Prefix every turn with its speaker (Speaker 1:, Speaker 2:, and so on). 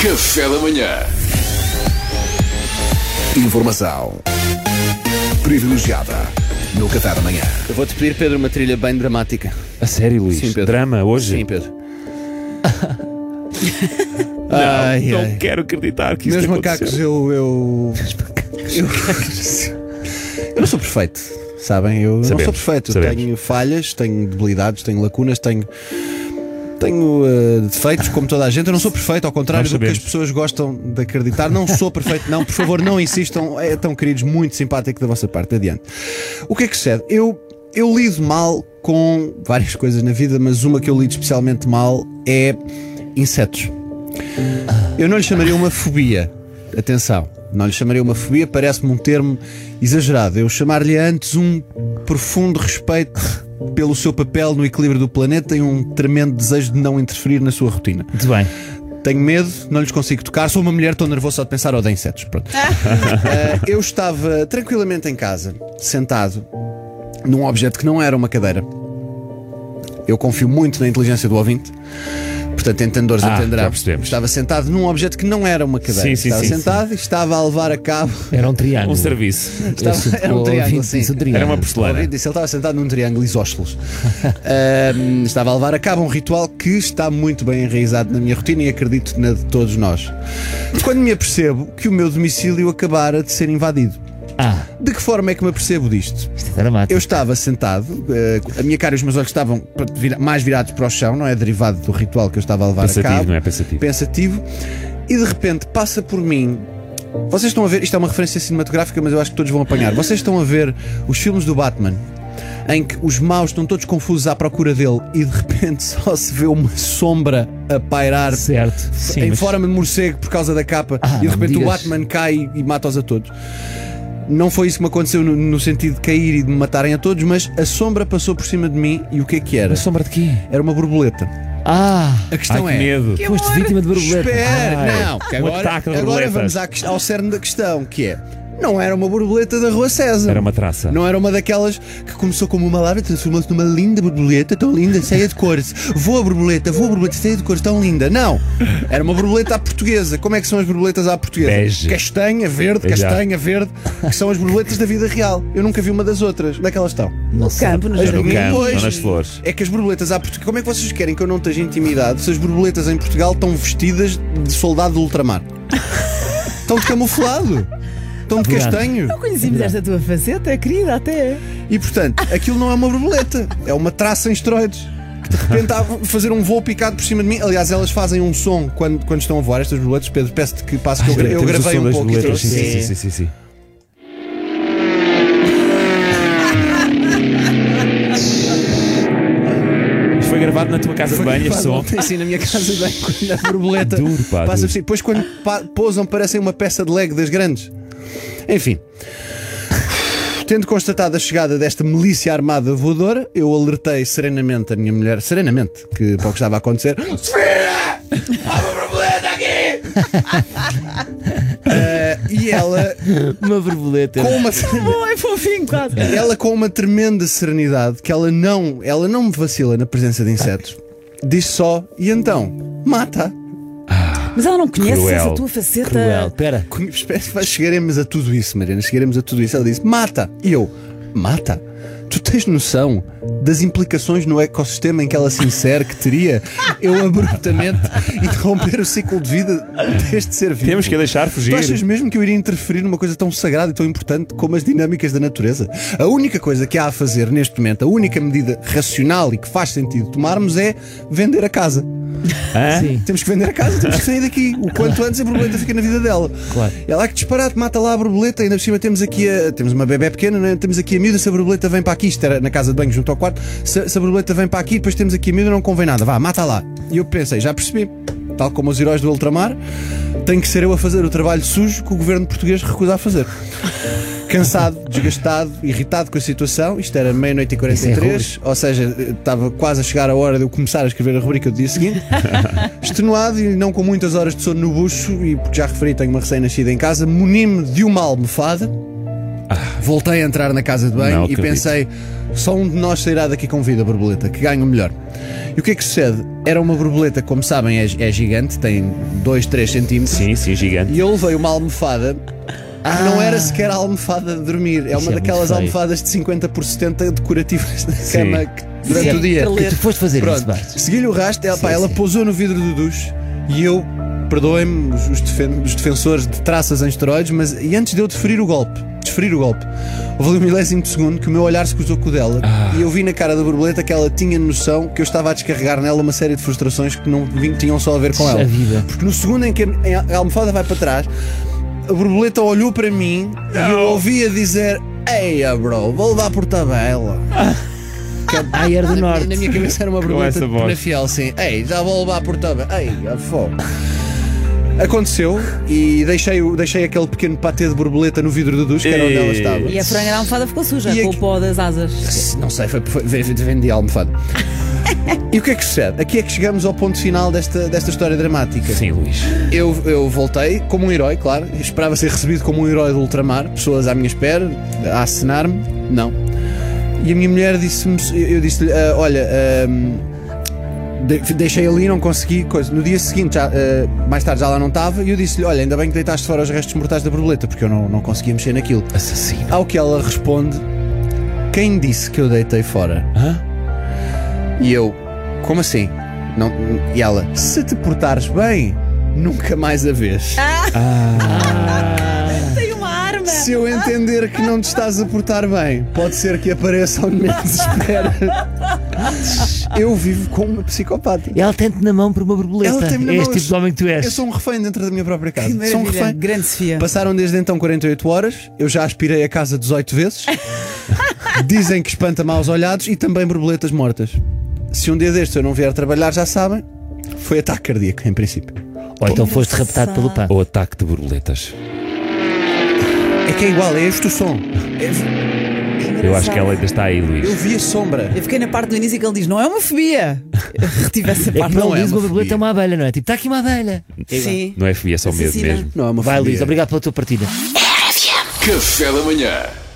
Speaker 1: Café da Manhã. Informação privilegiada no Café da Manhã.
Speaker 2: Eu vou-te pedir, Pedro, uma trilha bem dramática.
Speaker 3: A sério, Luís?
Speaker 2: Sim, Pedro.
Speaker 3: Drama hoje?
Speaker 2: Sim, Pedro.
Speaker 3: Não,
Speaker 2: Ai,
Speaker 3: não
Speaker 2: ai.
Speaker 3: quero acreditar que
Speaker 4: Meus
Speaker 3: isto
Speaker 4: macacos,
Speaker 3: aconteceu.
Speaker 4: eu. Eu, eu, eu não sou perfeito, sabem? Eu não sou
Speaker 3: Sabemos,
Speaker 4: perfeito.
Speaker 3: sabemos.
Speaker 4: Tenho falhas, tenho debilidades, tenho lacunas, tenho. Tenho eh, defeitos, como toda a gente. Eu não sou perfeito, ao contrário
Speaker 3: Nós
Speaker 4: do que as
Speaker 3: sabemos.
Speaker 4: pessoas gostam de acreditar. Não sou perfeito, não. Por favor, não insistam. É tão queridos, muito simpático da vossa parte. Adiante. O que é que sucede? Eu, eu lido mal com várias coisas na vida, mas uma que eu lido especialmente mal é insetos. Eu não lhe chamaria uma fobia. Atenção, não lhe chamaria uma fobia, parece-me um termo exagerado. Eu chamar-lhe antes um profundo respeito pelo seu papel no equilíbrio do planeta e um tremendo desejo de não interferir na sua rotina.
Speaker 3: Muito bem.
Speaker 4: Tenho medo, não lhes consigo tocar. Sou uma mulher, estou nervoso só de pensar, odeio insetos. Pronto. Ah, eu estava tranquilamente em casa, sentado, num objeto que não era uma cadeira. Eu confio muito na inteligência do ouvinte. Portanto, entendedores
Speaker 3: Ah,
Speaker 4: entenderá.
Speaker 3: já percebemos.
Speaker 4: Estava sentado num objeto que não era uma cadeira.
Speaker 3: Sim, sim,
Speaker 4: estava
Speaker 3: sim,
Speaker 4: sentado e estava a levar a cabo.
Speaker 5: Era um triângulo.
Speaker 3: Um serviço.
Speaker 4: Estava, era um triângulo, sim.
Speaker 3: Era uma porcelana.
Speaker 4: Ele disse, ele estava sentado num triângulo isósceles. Ahm, estava a levar a cabo um ritual que está muito bem enraizado na minha rotina e acredito na de todos nós. Quando me apercebo que o meu domicílio acabara de ser invadido.
Speaker 5: Ah,
Speaker 4: De que forma é que me apercebo disto?
Speaker 5: isto é dramático.
Speaker 4: Eu estava sentado, eh, a minha cara e os meus olhos estavam pronto, vira- mais virados para o chão, não é? Derivado do ritual que eu estava a levar a
Speaker 3: Pensativo,
Speaker 4: cabo
Speaker 3: não é? Pensativo.
Speaker 4: pensativo e de repente passa por mim. Vocês estão a ver, isto é uma referência cinematográfica, mas eu acho que todos vão apanhar. Vocês estão a ver os filmes do Batman em que os maus estão todos confusos à procura dele e de repente só se vê uma sombra a pairar
Speaker 5: Certo. Sim,
Speaker 4: em
Speaker 5: mas-
Speaker 4: forma de morcego por causa da capa
Speaker 5: Ah,
Speaker 4: e de
Speaker 5: não
Speaker 4: repente o
Speaker 5: digas.
Speaker 4: Batman cai e mata-os a todos. Não foi isso que me aconteceu no, no sentido de cair e de me matarem a todos, mas a sombra passou por cima de mim e o que é que era?
Speaker 5: Mas sombra de quê?
Speaker 4: Era uma borboleta.
Speaker 5: Ah,
Speaker 4: A questão
Speaker 3: Ai,
Speaker 4: é.
Speaker 3: que medo.
Speaker 5: foste vítima de borboleta.
Speaker 4: Espera, não, que
Speaker 3: um
Speaker 4: agora,
Speaker 3: ataque de
Speaker 4: agora
Speaker 3: borboletas.
Speaker 4: vamos à quest- ao cerne da questão, que é não era uma borboleta da Rua César.
Speaker 3: Era uma traça.
Speaker 4: Não era uma daquelas que começou como uma larva e transformou-se numa linda borboleta, tão linda, cheia de cores. Voa borboleta, voa borboleta, cheia de cores, tão linda. Não! Era uma borboleta à portuguesa. Como é que são as borboletas à portuguesa?
Speaker 3: Bege.
Speaker 4: Castanha, verde,
Speaker 3: Exato.
Speaker 4: castanha, verde, que são as borboletas da vida real. Eu nunca vi uma das outras. Onde é que elas estão?
Speaker 5: No
Speaker 6: campo, nos
Speaker 4: Mas
Speaker 3: É no
Speaker 4: ninguém-
Speaker 3: campo,
Speaker 4: Pois,
Speaker 3: não nas flores.
Speaker 4: É que as borboletas à portuguesa. Como é que vocês querem que eu não esteja intimidado se as borboletas em Portugal estão vestidas de soldado do ultramar? estão de camuflado. Estão de
Speaker 5: Obrigado.
Speaker 4: castanho.
Speaker 6: Não conhecíamos esta tua faceta, é querida, até.
Speaker 4: E portanto, aquilo não é uma borboleta, é uma traça em esteroides. que De repente, há a fazer um voo picado por cima de mim. Aliás, elas fazem um som quando, quando estão a voar, estas borboletas. Pedro, peço-te que passe que eu, gra- eu
Speaker 3: Temos o
Speaker 4: gravei
Speaker 3: som
Speaker 4: um
Speaker 3: das
Speaker 4: pouco e
Speaker 3: boletas.
Speaker 4: trouxe.
Speaker 3: Sim, sim, sim, sim, sim. Isto foi gravado na tua casa de
Speaker 4: Foi
Speaker 3: banho, este
Speaker 4: gravado
Speaker 3: som.
Speaker 4: ontem, Assim, na minha casa de banho, quando a borboleta
Speaker 3: Duro,
Speaker 4: passa
Speaker 3: pá, duro.
Speaker 4: por cima. Depois, quando pa- pousam, parecem uma peça de leg das grandes. Enfim. Tendo constatado a chegada desta milícia armada voadora, eu alertei serenamente a minha mulher, serenamente, que para o que estava a acontecer. Eh, e ela,
Speaker 5: Uma borboleta.
Speaker 4: com uma.
Speaker 6: Oi, é fofinho, quase.
Speaker 4: Ela com uma tremenda serenidade que ela não, ela não me vacila na presença de insetos. Diz só e então mata.
Speaker 6: Mas ela não conhece
Speaker 3: Cruel.
Speaker 6: essa tua faceta.
Speaker 5: Cruel. Espera.
Speaker 4: Chegaremos a tudo isso, Mariana. Chegaremos a tudo isso. Ela disse mata e eu mata. Tu tens noção das implicações no ecossistema em que ela se insere que teria eu abruptamente interromper o ciclo de vida deste ser vivo?
Speaker 3: Temos que a deixar
Speaker 4: Tu achas
Speaker 3: fugir.
Speaker 4: mesmo que eu iria interferir numa coisa tão sagrada e tão importante como as dinâmicas da natureza? A única coisa que há a fazer neste momento, a única medida racional e que faz sentido tomarmos é vender a casa.
Speaker 3: Hã?
Speaker 5: Sim.
Speaker 4: Temos que vender a casa, temos que sair daqui. O quanto antes a borboleta fica na vida dela.
Speaker 5: Claro.
Speaker 4: É lá que disparate, mata lá a borboleta, ainda por cima temos aqui a. Temos uma bebé pequena, né? temos aqui a miúda, se a borboleta vem para aqui, isto era na casa de banho junto ao quarto, se, se a borboleta vem para aqui, depois temos aqui a miúda, não convém nada, vá, mata lá. E eu pensei, já percebi, tal como os heróis do ultramar, tenho que ser eu a fazer o trabalho sujo que o governo português recusa a fazer. Cansado, desgastado, irritado com a situação, isto era meia-noite e 43,
Speaker 5: é
Speaker 4: ou seja, estava quase a chegar a hora de eu começar a escrever a rubrica do dia seguinte. Extenuado e não com muitas horas de sono no bucho, e porque já referi, tenho uma recém-nascida em casa, muni-me de uma almofada Voltei a entrar na casa de banho
Speaker 3: Não
Speaker 4: e
Speaker 3: acredito.
Speaker 4: pensei, só um de nós sairá daqui com vida, borboleta, que ganha o melhor. E o que é que sucede? Era uma borboleta, como sabem, é, é gigante, tem 2, 3 centímetros.
Speaker 3: Sim, sim, gigante.
Speaker 4: E eu levei uma almofada. que Não era sequer a almofada de dormir, é
Speaker 5: Isso
Speaker 4: uma
Speaker 5: é muito
Speaker 4: daquelas
Speaker 5: feio.
Speaker 4: almofadas de 50 por 70 decorativas na cama que- durante
Speaker 5: Sim.
Speaker 4: o dia.
Speaker 5: Que tu foste fazer isso,
Speaker 4: Pronto,
Speaker 5: Bart.
Speaker 4: segui-lhe o rastro, ela, pá,
Speaker 5: Sim,
Speaker 4: ela
Speaker 5: sim.
Speaker 4: pousou no vidro do duche e eu, perdoem-me os, os defen- os defensores de traças em esteroides, mas e antes de eu deferir o golpe, desferir o golpe, houve ali um milésimo de segundo que o meu olhar se cruzou com o dela
Speaker 5: Ah.
Speaker 4: e eu vi na cara da borboleta que ela tinha noção que eu estava a descarregar nela uma série de frustrações que não vin- tinham só a ver com ela.
Speaker 5: A vida.
Speaker 4: Porque no segundo em que a a almofada vai para trás, a borboleta olhou para mim e eu ouvia dizer: Eia, bro, vou levar por tabela.
Speaker 5: Ai, era do
Speaker 4: Na-
Speaker 5: norte.
Speaker 4: Na minha cabeça era uma borboleta
Speaker 3: essa voz.
Speaker 4: na fiel, sim. Ei, já vou levar por tabela. Ei, a fome. Aconteceu e deixei, o- deixei aquele pequeno patê de borboleta no vidro do duche, que era onde ela
Speaker 3: Ei.
Speaker 4: estava.
Speaker 6: E a franga da almofada ficou suja
Speaker 4: E
Speaker 6: com
Speaker 4: aqui-
Speaker 6: o pó das asas.
Speaker 4: é- Não sei, foi, foi, foi- vendi a almofada. E o que é que sucede? Aqui é que chegamos ao ponto final desta, desta história dramática.
Speaker 3: Sim, Luís.
Speaker 4: Eu, eu voltei como um herói, claro. Esperava ser recebido como um herói do ultramar, pessoas à minha espera, a acenar-me. Não. E a minha mulher disse-me: eu eu disse-lhe, "Ah, olha. ahm, de- Deixei ali, não consegui. Coisa. No dia seguinte, já, ah, mais tarde já lá não estava, e eu disse-lhe: Olha, ainda bem que deitaste fora os restos mortais da borboleta, porque eu não, não conseguia mexer naquilo.
Speaker 3: Assassino.
Speaker 4: Ao que ela responde: Quem disse que eu deitei fora?
Speaker 3: Hã?
Speaker 4: E eu, como assim? Não, e ela, se te portares bem, nunca mais a vês.
Speaker 6: Tem uma arma!
Speaker 4: Se eu entender que não te estás a portar bem, pode ser que apareça onde menos espera. Eu vivo como uma psicopata.
Speaker 5: Ela tem-te na mão por uma borboleta.
Speaker 4: Ela tem-me na
Speaker 5: é
Speaker 4: mão,
Speaker 5: este
Speaker 4: eu
Speaker 5: tipo de
Speaker 4: sou-
Speaker 5: homem que tu és.
Speaker 4: Eu sou um refém dentro da minha própria
Speaker 6: Que
Speaker 4: casa. Sou um
Speaker 6: maravilha.
Speaker 4: refém.
Speaker 6: Grande Sofia.
Speaker 4: Passaram desde então 48 horas, eu já aspirei a casa 18 vezes. Dizem que espanta maus olhados e também borboletas mortas. Se um dia destes eu não vier trabalhar, já sabem, foi ataque cardíaco, em princípio.
Speaker 5: Ou então foste raptado pelo pão.
Speaker 3: O ataque de borboletas.
Speaker 4: É que é igual, é este o som.
Speaker 3: Eu acho que ela é ainda está aí,
Speaker 4: Eu
Speaker 3: Luís.
Speaker 4: vi a sombra.
Speaker 6: Eu fiquei na parte do início que ele diz: não é uma fobia. Eu Retive essa
Speaker 5: É que
Speaker 6: parte.
Speaker 5: para
Speaker 4: não
Speaker 5: o
Speaker 4: é
Speaker 5: Luís
Speaker 4: uma
Speaker 5: uma borboleta
Speaker 4: fobia.
Speaker 5: é uma abelha, não é? Tipo, está aqui uma abelha.
Speaker 6: Sim.
Speaker 3: Não é FB, é só medo
Speaker 6: Assassina.
Speaker 3: mesmo.
Speaker 4: Não, é uma
Speaker 5: Vai,
Speaker 4: fobia.
Speaker 5: Luís, obrigado pela tua partilha.
Speaker 1: Café da Manhã